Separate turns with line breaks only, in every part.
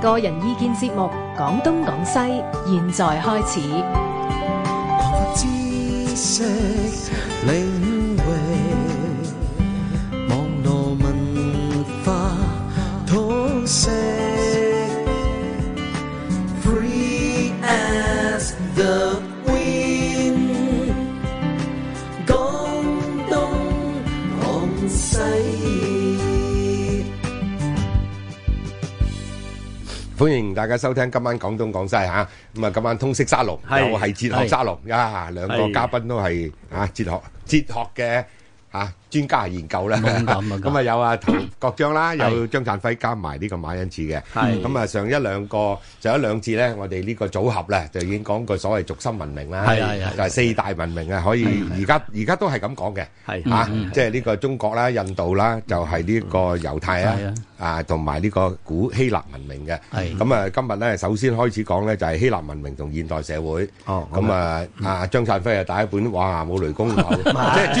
個人意見節目《廣東廣西》，現在開始。
擴闊知識領域，網絡文化通識，free as the wind。廣東廣西。
歡迎大家收聽今晚廣東廣西嚇，咁啊今晚通識沙龍
係
又係哲學沙龍啊，兩個
係
嘉賓都係啊哲學哲學嘅啊專家研究啦，
唔好咁講唔好咁 講
咁啊有啊頭郭章啦，
係
有張燦輝加埋呢個馬恩賜嘅，
係
咁啊上一兩個上一兩節咧，我哋呢個組合咧就已經講過所謂軸心文明啦，
係係係
就係四大文明啊，可以而家而家都係咁講嘅。
係
嚇，即係呢個中國啦、印度啦，就係呢個猶太
係
啦
啊，
啊同埋呢個古希臘文明嘅。
係
咁啊，今日咧首先開始講咧就係希臘文明同現代社會。
哦咁
咁啊，啊張燦輝啊打一本，哇冇雷公 嘔，即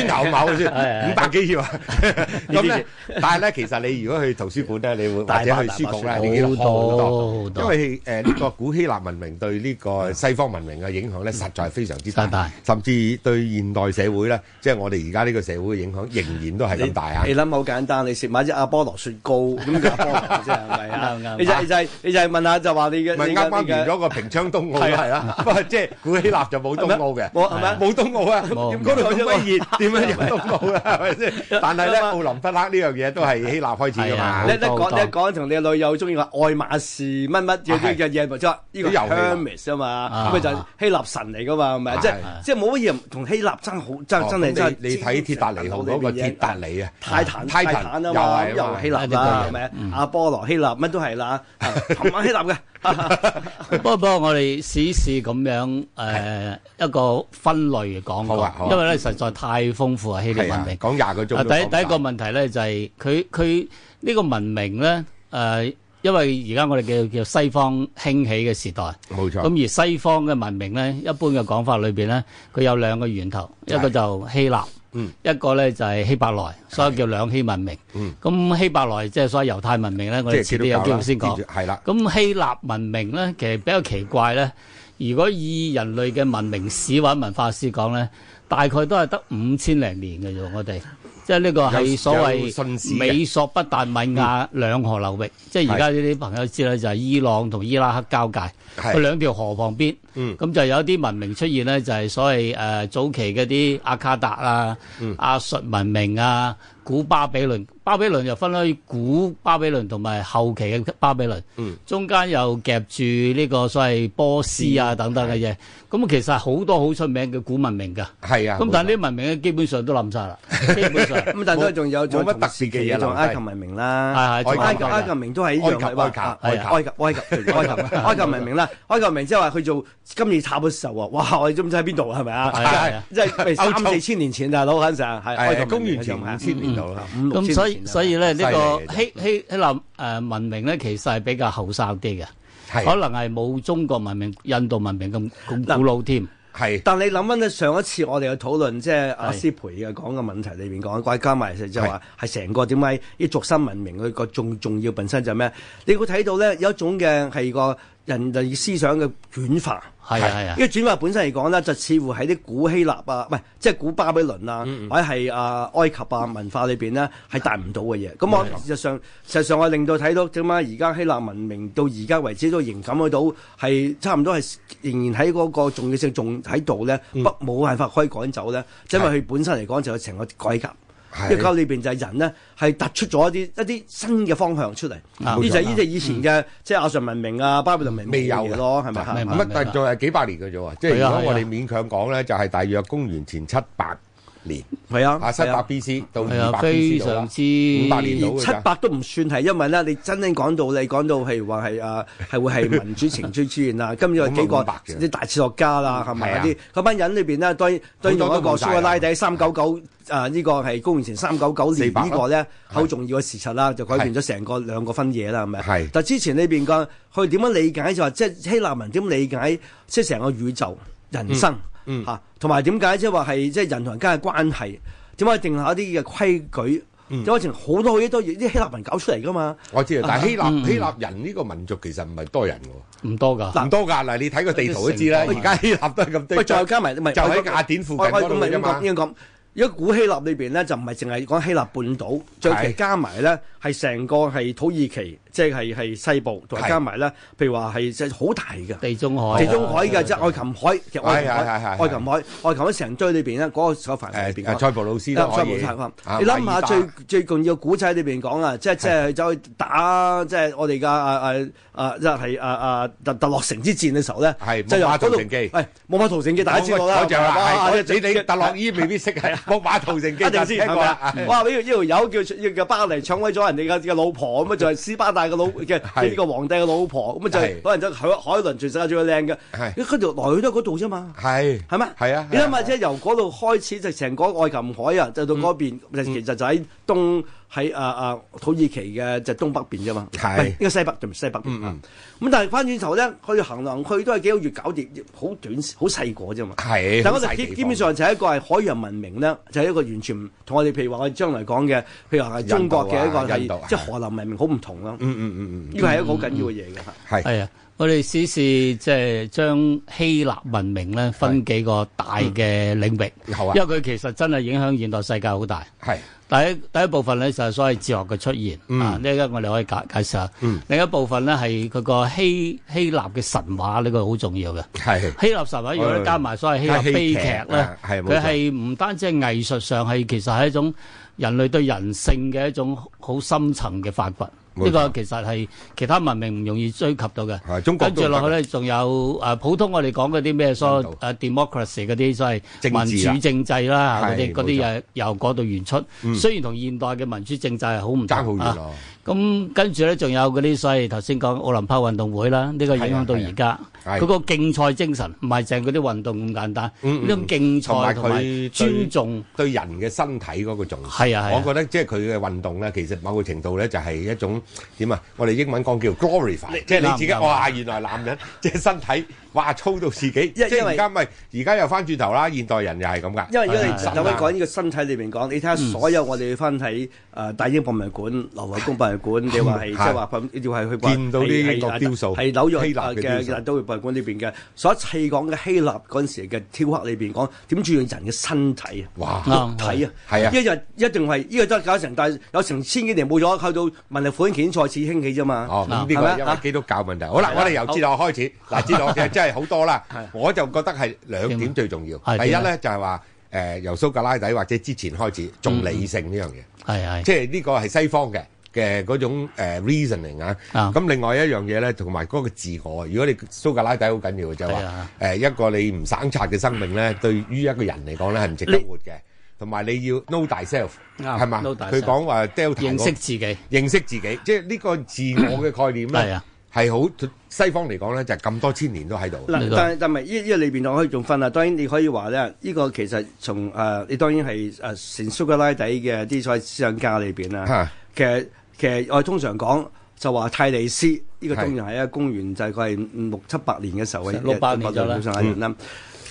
係磚頭嘔先，
係
五百幾頁啊。咁咧
呢，
但係咧其實你如果去圖書館咧，你會
大
或
把
者去書局咧，
大把書
你見到好多
好
好
多
多，因為誒呢個古希臘文明對呢個西方文明嘅影響咧，實在係非常之
實大
大。甚至對現代社會咧，即係我哋而家呢個社會嘅影響，仍然都係咁大啊！
你諗好簡單，你食買只阿波羅雪糕，咁叫阿波羅啫，係咪啊？
啱啱
你就你就係你就係問下就話你嘅，
咪
你嘅
啱啱完咗個平昌冬奧都 係啦，不過即係古希臘就冇冬奧嘅，
冇係咪
冇冬奧啊！
冇
嗰度咁鬼熱，點樣有冬奧啊？係咪先？但係咧，奧林匹克呢樣嘢都係希臘開始㗎
係啊
嘛
你
呢。
一講
好
你一講同你嘅女友中意話愛馬仕乜乜嘅啲嘅嘢，咪即係呢個
啲遊戲啊
Hermes 啊嘛，
啊
咁咪就係希臘神嚟噶嘛，係咪？
係
即係即係冇乜嘢同希臘爭好
哦
爭真係真
咁
係。
你你睇鐵達尼號嗰個鐵達尼啊，
泰坦
泰
泰
坦
坦啊
又係
嘛，咁
啊
又
嘛
係希臘啦，係咪？阿波羅希臘乜都係啦，啊琴晚希臘嘅。
不過不過我哋試試咁樣誒一個分類講
好啊好啊
講，因為咧實在太豐富啊希臘
係
文
啊
明，。
講廿個鐘
啊
都
第
講
一
唔
第一個
晒
問題咧就係佢佢呢個文明咧誒、呃因為而家我哋叫叫西方興起嘅時代，
冇錯，
咁而西方嘅文明咧，一般嘅講法裏邊咧，佢有兩個源頭，一
係
個就希臘，
嗯
一個咧就係希伯來，所以叫兩希文明。
嗯
咁希伯來即係所謂猶太文明咧，我哋
即
遲
係
啲有機會先
基督教啦
講。
係啦，
咁希臘文明咧，其實比較奇怪咧。如果以人類嘅文明史或者文化史講咧，大概都係得五千零年嘅啫。我哋即係呢個
有
係所
有信史
謂
嘅
美索不達米亞
嗯
兩河流域，即係而家呢啲朋友知啦，就係伊朗同伊拉克交界，
係
佢兩條河旁邊。
嗯
咁就有啲文明出現咧，就係、所謂誒、呃早期嗰啲阿卡達啊、
嗯
阿述文明啊、古巴比倫。巴比倫又分開古巴比倫同埋後期嘅巴比倫，
嗯
中間又夾住呢個所謂波斯
嗯
啊等等嘅嘢。咁其實好多好出名嘅古文明㗎。
係啊。
咁但
冇錯
係呢啲文明咧，基本上都冧晒啦，基 本上
咁但係都係仲有
冇乜特別嘅嘢留低
仲有埃及文明啦，
係係
埃及
仲有
埃及文明都係一樣嘅
埃及
哇
埃
啊及
埃及埃及埃及埃及文明啦，埃及文明即係話佢做金字塔嘅時候啊，哇！我哋都唔知喺邊度係咪
係
啊？
啊係啊。
即係譬如
歐
三
洲
四千年前大佬嗰陣時啊係埃及
誒公元前五千年度啦。
五六
嗯
千
咁所
年
以
前啊
所以咧，
犀利
呢個
嘅
希希希臘誒文明咧，其實係比較後生啲嘅，
係
可能係冇中國文明、印度文明咁咁
嗱
古老添。
係
但你諗翻咧，上一次我哋嘅討論，即係阿
係
斯培嘅講嘅問題裏邊講，關加埋就係話係成個點解啲族心文明佢個重重要本身就係咩？你會睇到咧有一種嘅係個人類思想嘅轉化。
係啊係啊
因。為轉化本身嚟講咧，就似乎喺啲古希臘啊，唔係即係古巴比倫啊，或者係啊埃及啊文化裏邊咧係達唔到嘅嘢。咁我事實上事實上我令到睇到點解啊而家希臘文明到而家為止都仍感覺到係差唔多係仍然喺嗰個重要性仲喺度咧，不冇辦法可以趕走咧，就因為佢本身嚟講就有成個改革。
係
因為教裏邊就係人咧，係突出咗一啲一啲新嘅方向出嚟，
啊
呢就係呢就係以前嘅即係亞述文明啊、巴比倫文明
未有
嘅
嘅
咯，係咪啊
明白
乜？但係仲係幾百年嘅啫喎，即係
係
如
啊
果我
係
哋
啊
勉強講咧，就係大約公元前七百年，
係啊，
啊七
係啊
百 B.C. 到
係
二
啊，
百
非
B.C. 到
常
啦，
之
500年到嘅
七
咋。
百都唔算係，因為咧，你真正講到你講到譬如話係啊，係會係民主情緒出 現啦，跟住有幾個
咁啊500嘅
啲大哲學家啦，係咪
係
啊
啊
啲嗰班人裏邊咧，當然
好
當然用
多
一個
都冇晒
蘇格拉底三九九啊，呢個係公元前三九九年
400
呢個咧好重要嘅事實啦，就改變咗成個兩個分野啦，係咪？
係
但之前裏邊講佢點樣理解就話，即係希臘文點理解即係成個宇宙人生
嗯
嚇，同埋點解即係話係即係人同人間嘅關係，點解定下一啲嘅規矩
嗯
就嗰陣好多好多嘢啲希臘文搞出嚟噶嘛。
我知啊，但係希臘希臘人呢個民族其實唔係多人嘅
唔多㗎。
喎，唔多㗎。嗱，你睇個地圖都知啦，
成個
而家希臘都係咁
喂，
多。
再加埋唔係
就喺
我
雅典附近
我我
嗰度啫嘛
我應該咁。如果古希臘裏邊咧，就唔係淨係講希臘半島，最其
係
加埋咧係成個係土耳其，即係係西部，同埋
係
加埋咧，譬如話係即係好大嘅。
地中海啊，
地中海嘅即係愛琴海，其實愛琴
哦係係係
海、
係
愛琴海、愛琴海成堆裏邊咧，嗰個手範圍
誒
裏邊
誒，
講。
塞浦路斯
啊
都可
塞
以。
浦路斯
啊
你諗下
馬爾
最
他
最重要古仔裏邊講啊，即係即係走去打，即係我哋嘅啊啊啊，即係啊啊特特洛城之戰嘅時候咧，
係
就由
木馬
嗰度
屠城記
喂，木馬屠城記大家知道啦，啊
嗰隻啦，
哇
係嗰
即
你你特洛伊未必識係木馬屠城記
一定
就
知
聽
係
過
咪
啦
啊。？哇！呢條呢條友叫叫巴黎搶鬼咗人哋嘅嘅老婆，咁啊就係斯巴達嘅老嘅呢個皇帝嘅老婆，咁啊就
係
係可能就海海倫全世界最靚嘅，
係
佢條來去都係嗰度啫嘛。
係
係咪？
係啊
你諗
係
下，
啊
即係由嗰度開始，就成個愛琴海啊，就到嗰邊，
嗯
就其實就喺東喺啊啊土耳其嘅就東北邊啫嘛。
係嗯
唔應該西北對唔西北邊啊。咁但係翻轉頭咧，去行嚟行去都係幾個月搞掂，好短好細個啫嘛。
係
但我
好
哋
細地
基
方
基本上就係一個係海洋文明咧，就係一個完全唔同我哋譬如話我哋將來講嘅，譬如話係中國嘅一個
印度啊印度
係
啊
即係河南文明好唔同咯。
嗯嗯嗯嗯，
呢個係一個好緊要嘅嘢嘅。
係
係啊，我哋試試即係將希臘文明咧分幾個大嘅領域，
嗯好啊
因為佢其實真係影響現代世界好大。
係
第一第一部分咧就係所謂哲學嘅出現、啊，呢一個我哋可以解解釋下。另一部分咧係佢個希希臘嘅神話呢、個好重要嘅。
係
希臘神話如果
嗯
加埋所謂希臘悲劇咧
啊，係冇錯
佢係唔單止係藝術上係其實係一種人類對人性嘅一種好深層嘅發掘。
冇錯
呢個其實係其他文明唔容易追及到嘅
係。中國
跟住落去咧，仲有誒普通我哋講嗰啲咩所
印度
誒 democracy 嗰啲所
政
謂
治
民
啦
主政制啦，嗰
係
啲
冇
嗰
錯嗯
啲誒由嗰度原出。雖然同現代嘅民主政制係好唔同
爭好遠
啊
咯。
咁跟住咧，仲有嗰啲所謂頭先講奧林匹克運動會啦，呢、個影響到而家
係啊係啊
嗰個競賽精神，唔係淨係嗰啲運動咁簡單，呢、
嗯嗯
種競
同埋
賽同埋
佢
尊重
對人嘅身體嗰個重視。
係啊係啊
我覺得即係佢嘅運動咧，其實某個程度咧就係一種點啊？我哋英文講叫 glorify，即係你自己
男人
哇！原來男人即係身體哇操到自己，即
因
係
因為
而家咪而家又翻轉頭啦，現代人又係咁噶。
因為因為你
神啊
有位講呢個身體裏邊講，你睇下所有我哋翻睇誒大英博物館、羅浮宮博物館，你話係
嗯
即係話要係去話
見到啲英國
係係
雕塑
係紐約
希臘嘅雕
嘅
塑
大都會博物館裏邊嘅所一切講嘅希臘嗰陣時嘅雕刻裏邊講點注意人嘅身體啊。
哇！
啊
睇啊，
係啊
一日一定係呢個都係搞成，但係有成千幾年冇咗，去到文藝款件再次興起啫嘛。
哦，咁呢
係
個
咪啊
係因為基督教問題。好啦，我哋由哲學開始。嗱，哲學嘅真係好多啦。我就覺得係兩點最重要。
係
第一
點啊
咧就係話誒由蘇格拉底或者之前開始重理性呢樣嘢。
係係
即係呢個係西方嘅嘅嗰種誒 reasoning 啊。
啊
咁另外一樣嘢咧，同埋嗰個自我。如果你蘇格拉底好緊要嘅，就係
係
話
啊
誒一個你唔省察嘅生命咧，對於一個人嚟講咧係唔值得活嘅。同埋你要 know thyself
啱
係嘛？
know thyself
佢講話 delta 嗰
認識自己，
認識自己，即係呢個自我嘅概念
係
咧
啊，
係好西方嚟講咧，就係咁多千年都喺度。
嗱
呢，個
但係但係依依個裏邊我可以仲分啊啦。當然你可以話咧，呢個其實從誒、呃你當然係誒前蘇格拉底嘅啲所謂思想家裏邊
嚇
啦。其實其實我哋通常講就話泰利斯呢、個
係
當然係一個公元就係佢係六七百年嘅時候嘅
六百年咗啦
上下年啦。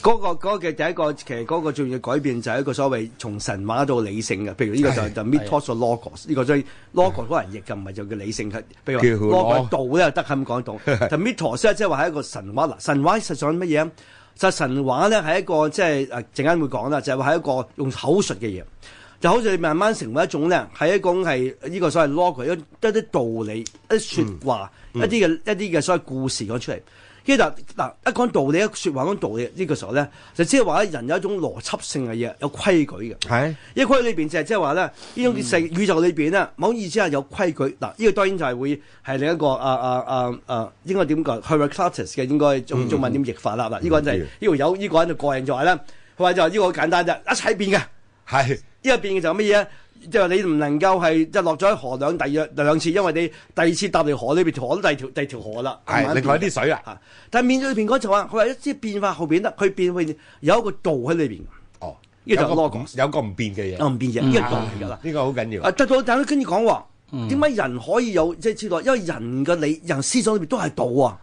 嗰、個嗰個嘅第一個其實嗰個最重要嘅改變就係一個所謂從神話到理性嘅，譬如呢個就就 mythos or logos 呢個所以 logos 可能譯嘅唔係就叫理性嘅，譬如
叫佢
話 logos
攞
道咧得咁講到，就 mythos 咧即係話係一個神話嗱，神話實上乜嘢啊？就神話咧係一個即係誒呃陣間會講啦，就係話係一個用口述嘅嘢，就好似你慢慢成為一種咧係一種係呢個所謂 log 一一啲道理、一啲説話、一啲嘅一啲嘅所謂故事講出嚟。跟住嗱嗱一講道理、一説話講道理，呢、個時候咧就即係話咧人有一種邏輯性嘅嘢，有規矩嘅。
係
因為規裏邊就係即係話咧，呢種
嗯
世宇宙裏邊咧，某意思之下有規矩。嗱，呢個當然就係會係另一個啊啊啊啊，應該點講 h e r a c l i t e s 嘅應該中中文點譯法啦。嗱，呢個人就係
嗯
呢條友，呢個人就過癮就係咧，佢話就係呢個好簡單啫，一齊變嘅。
係
呢個變嘅就係乜嘢咧？即係你唔能夠係即係落咗喺河兩第二第兩次，因為你第二次搭嚟河裏邊條河都第二條第二條河啦。慢
係，
慢
另外
變
啲水啦。
啊！但係面對裏邊嗰陣話，佢話一啲變化後邊咧，佢變會有一個道喺裏邊，
哦，
呢個就
有個唔
logos
有個唔變嘅嘢嗯
我。唔變嘅，呢個道嚟㗎啦。
呢個好緊要
啊，。得到但係跟住
嗯
講喎，點解人可以有即係知道？因為人嘅理、人思想裏邊都係道啊，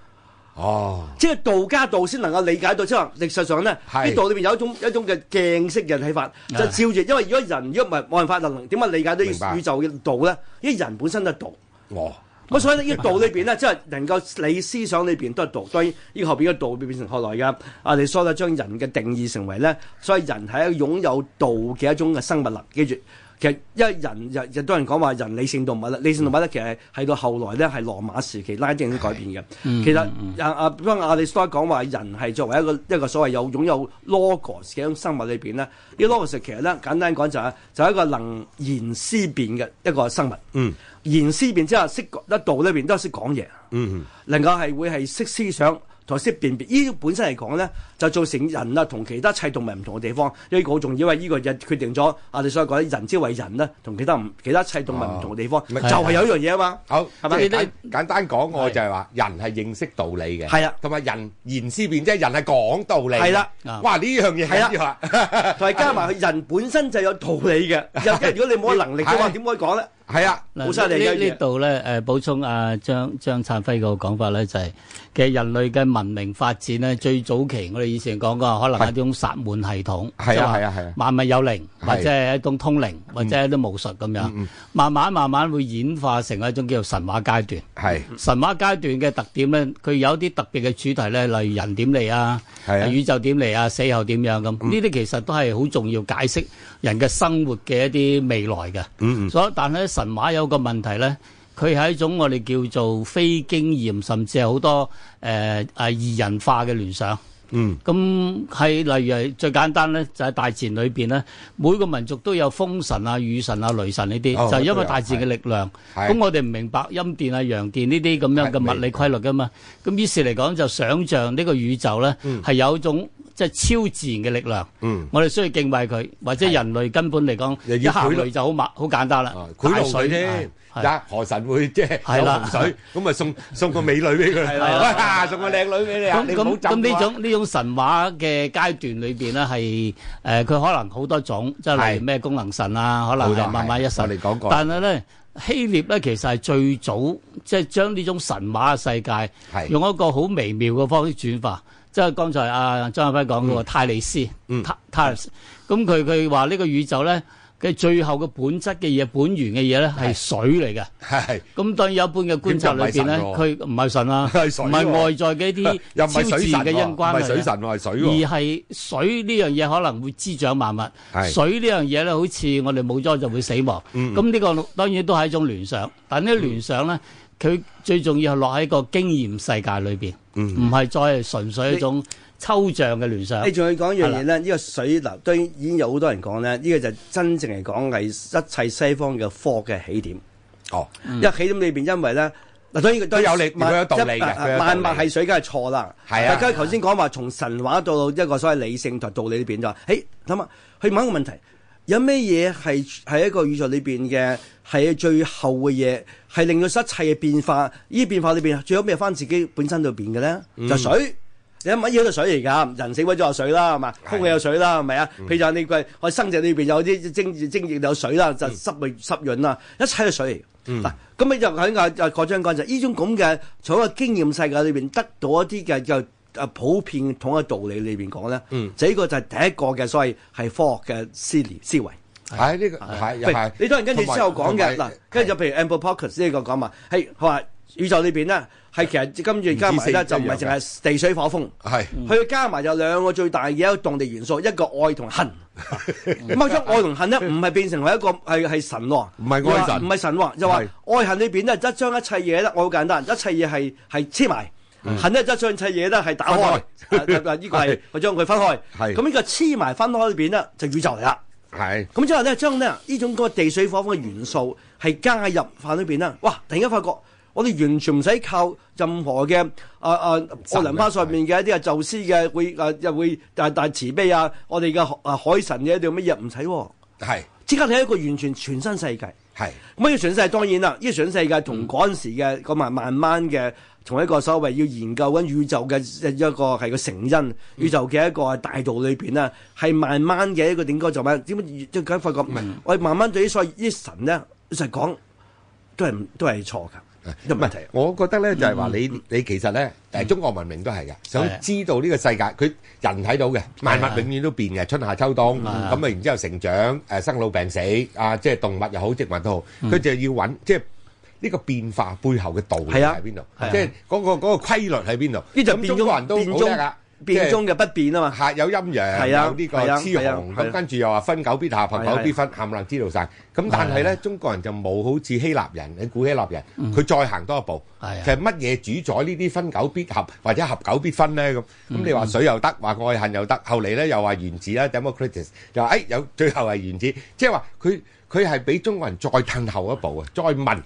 哦，
即係道家道先能夠理解到，即係話歷史上咧，
係啊
呢道裏邊有一種有一種嘅鏡式嘅睇法，就照住。因為如果人如果唔係冇辦法能點解理解到
明白
宇宙嘅道咧？因為人本身就係道。
我
咁所以呢呢個道裏邊咧，即係能夠你思想裏邊都係道。當然，呢個後邊嘅道變成後來嘅阿里蘇咧，將人嘅定義成為咧，所以人係一個擁有道嘅一種嘅生物啦。記住，其實因為人人亦都有人講話人理性動物啦，理性動物咧其實係係到後來咧係羅馬時期拉丁改變嘅。其實啊阿阿當阿里蘇講話人係作為一個一個所謂有擁有 logos 嘅一種生物裏邊咧，呢 logos 其實咧簡單講就係就係一個能言思辨嘅一個生物。
嗯
言思辨之下，識講得道裏邊都識講嘢，
嗯
能夠係會係識思想同埋識辨別。呢啲本身嚟講咧，就造成人啊同其他砌動物唔同嘅地方。呢個好重要，因為呢個就決定咗啊，你所講咧人之為人咧，同其他唔其他砌動物唔同嘅地方，
咪
就係有一樣嘢啊嘛。
嗯好，
係咪
即係
你-
簡-簡單講，我
係。
就係話人係認識道理嘅，
係啊。
同埋人言思辨，即係人係講道理嘅。
係啦。
哇，呢樣嘢
係啦。
緊要啊。
同埋加埋佢人本身就有道理 嘅，又如果你冇能力嘅話，
係
點可以講咧？
係啊，
嗱
好犀利嘅
呢
嘢
呢度咧，誒、補充阿張張燦輝個講法咧，就係、其實人類嘅文明發展咧，最早期我哋以前講過，可能係一種薩滿系統，
係啊
即話
係啊係啊
萬物有靈，
係嗯
或者係一種通靈，或者係一啲巫術咁樣，慢慢慢慢會演化成一種叫做神話階段。
係。
神話階段嘅特點咧，佢有啲特別嘅主題咧，例如人點嚟啊，
係啊嗯
宇宙點嚟啊，死後點樣咁，呢啲其實都係好重要解釋人嘅生活嘅一啲未來嘅。
嗯
所以但係咧神話有個問題咧，佢係一種我哋叫做非經驗，甚至係好多誒誒擬人化嘅聯想。
嗯
咁係例如係最簡單咧，就係、大自然裏邊咧，每個民族都有風神啊、雨神啊、雷神呢啲，
哦
就係因
都
為
有
大自然嘅力量。
係
咁我哋唔明白陰電啊、陽電呢啲咁
係
樣嘅物理規律噶嘛。咁於是嚟講就想像呢個宇宙咧係有一種即係超自然嘅力量。
嗯
我哋需要敬畏佢，或者人類根本嚟講
又
一
要
下
賄賂
淚就好麻好簡單啦，
啊，賄賂佢
大水
添。
係係
呀，河神會即係
係啦。
有洪水，咁咪送-送個美女俾佢。 哇，送個靚女俾你啊，
咁
你唔好
咁
浸
咁呢
啊。
種呢種神話嘅階段裏邊咧，係呃誒佢可能好多種，即係例
係
如咩功能神啊，可
好
能
多
係慢慢
係
一神。
我哋講過
但係咧，希臘咧其實係最早即係將呢種神話嘅世界
係
用一個好微妙嘅方式轉化。即係剛才阿張亞輝講嗰個泰利斯，
嗯
泰泰利斯，咁佢佢話呢個宇宙咧嘅最後嘅本質嘅嘢、本源嘅嘢咧係水嚟嘅。
係，
咁當然有一般嘅觀察裏邊咧，
點就唔係
佢唔係神啦，
係水喎
唔係外在嘅一啲 超自
又唔係水神喎，
然嘅因關係啊，而
唔係水神喎，係水喎。
係水呢樣嘢可能會滋長萬物。
係
水呢樣嘢咧，好似我哋冇咗就會死亡。
嗯
咁呢個當然都係一種聯想，但呢個聯想咧，佢最重要係落喺個經驗世界裏邊，唔係再係純粹一種抽象嘅聯想
你。仲要講一樣嘢咧，呢個水流當然已經有好多人講咧，呢個就真正嚟講係一切西方嘅科學嘅起點。
哦，
因為起點裏邊，因為咧嗱，當然
都有理
萬
佢有道理嘅
一
佢有道
萬
理
物係水，梗係錯啦。
係啊
大家頭先講話從神話到一個所謂理性同道理裏邊就話，誒諗下，去問一個問題，有咩嘢係係一個宇宙裏邊嘅係最後嘅嘢，係令到一切嘅變化，呢啲變化裏邊最後咩翻自己本身裏邊嘅咧？就水。你乜嘢都係水嚟㗎，人死鬼咗有水啦，係嘛？空氣有水啦，係咪啊？譬如話你佢我生殖裏邊有啲精精液有水啦，就濕潤濕潤啦，一切都係水嚟。嗱，咁你就喺阿阿郭章講就呢種咁嘅從一個經驗世界裏邊得到一啲嘅嘅誒啊普遍統一道理裏邊講咧，
嗯
就呢個就係第一個嘅所謂係科學嘅思念思維。
係，呢個-係，
喂
係。
你當然跟住之後講嘅
同埋-
嗱，跟住就譬如 Ambrosius 呢個講話，係佢話宇宙裏邊咧係其實跟住加埋咧
唔止
就
四
唔係
一樣
淨係地水火風。
係。
佢加埋有兩個最大嘅一個動力元素，一個愛同恨。咁啊，將愛同恨咧，唔係變成為一個係係神喎，
唔係愛神
唔係神喎，就話愛恨裏邊咧，一將一切嘢咧，我好簡單，一切嘢係係黐埋。恨咧，一將一切嘢咧係打開，啊啊呢個係
嗯 係
我將佢分開。
係
咁呢個黐埋分開裏邊咧，就宇宙嚟啦。
係，
咁之後咧，將咧呢種嗰個地水火風嘅元素係加入飯裏邊啦。哇！突然間發覺，我哋完全唔使靠任何嘅啊啊奧林匹克上面嘅一啲啊宙斯嘅會啊又會大大慈悲啊，我哋嘅啊海神嘅一啲乜嘢唔使喎，
係，
即刻你係一個完全全新世界。
係，
咁呢個全世界當然啦，呢個全世界
嗯
同嗰陣時嘅咁慢慢慢嘅，同一個所謂要研究緊宇宙嘅一個係個成因，
嗯
宇宙嘅一個大道裏邊咧，係慢慢嘅一個點講就咩？點解即
嗯
係發覺，我哋慢慢對啲所謂啲神咧，老實講都係唔都係錯㗎。一
唔
問
係
題，。
我覺得咧就係
嗯
話你你其實咧誒中國文明都係嘅，想知道呢個世界佢人睇到嘅萬物永遠都變嘅，春夏秋冬咁
嗯
啊，然之後成長誒生老病死啊，即係動物又好植物都好，
嗯
佢就要揾即係呢個變化背後嘅道理
係啊
喺邊度
係啊，
即係嗰個嗰個規律喺邊度。
呢就
咁
變
中國人
中
都
變
好叻
中
啊，
變
即係
中嘅不變啊嘛。
嚇有陰陽，
係啊
有呢個
係啊
雌
係啊
雄，
係啊
咁跟住又話分久必合，合
係啊
久必分，冚唪唥知道晒。咁但係
係
咧，中國人就冇好似希臘人，你古希臘人，
嗯
佢再行多一步
係啊，
其實乜嘢主宰呢啲分久必合或者合久必分咧？咁咁你話水又得，話愛恨又得，後嚟咧又話原子啦，Democritus 又話誒有最後係原子，即係話佢佢係俾中國人再褪後一步啊，再問。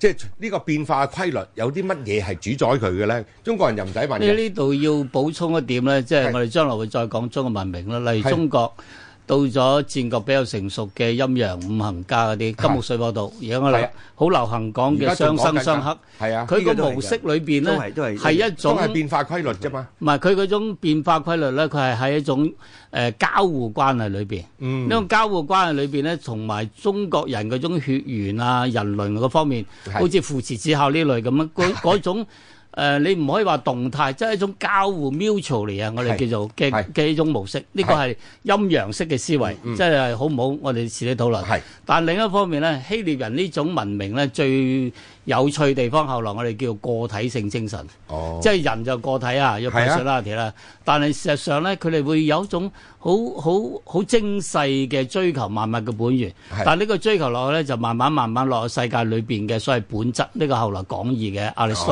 即係呢個變化嘅規律，有啲乜嘢係主宰佢嘅咧？中國人又唔使問
呢
嘅，
呢度要補充一點咧，即係
係
我哋將來會再講中國文明啦。例如
係
中國到咗戰國比較成熟嘅陰陽五行家嗰啲金木水火土，而家我
係
哋
啊
好流行講
而
嘅
家仲
相
講緊
生
㗎
相克，
係啊，
佢
呢個都
個
係
模
㗎
式裏邊
都係都
咧
係
係一
都
種
係變化規律啫嘛。
唔係佢嗰種變化規律咧，佢係喺一種誒、呃交互關係裏邊。
嗯
呢種交互關係裏邊咧，同埋中國人嗰種血緣啊、人倫嗰方面，
係
好似父慈子孝呢類咁樣，嗰嗰種。誒、你唔可以話動態，即係一種交互 mutual 嚟啊！我哋
係
叫做嘅
係
嘅一種模式，呢個係陰陽式嘅思維，即係好唔好？我哋遲啲討論。
係
但另一方面咧，希臘人呢種文明咧，最有趣地方，後來我哋叫個體性精神。
哦，
即係人就個體啊，要 p e
係啊
r s o n a l 啦。但係事實上咧，佢哋會有一種好好好精細嘅追求萬物嘅本源
係。
但係呢個追求落去咧，就慢慢慢慢落去世界裏邊嘅所謂本質。呢、個後來講義嘅亞里士多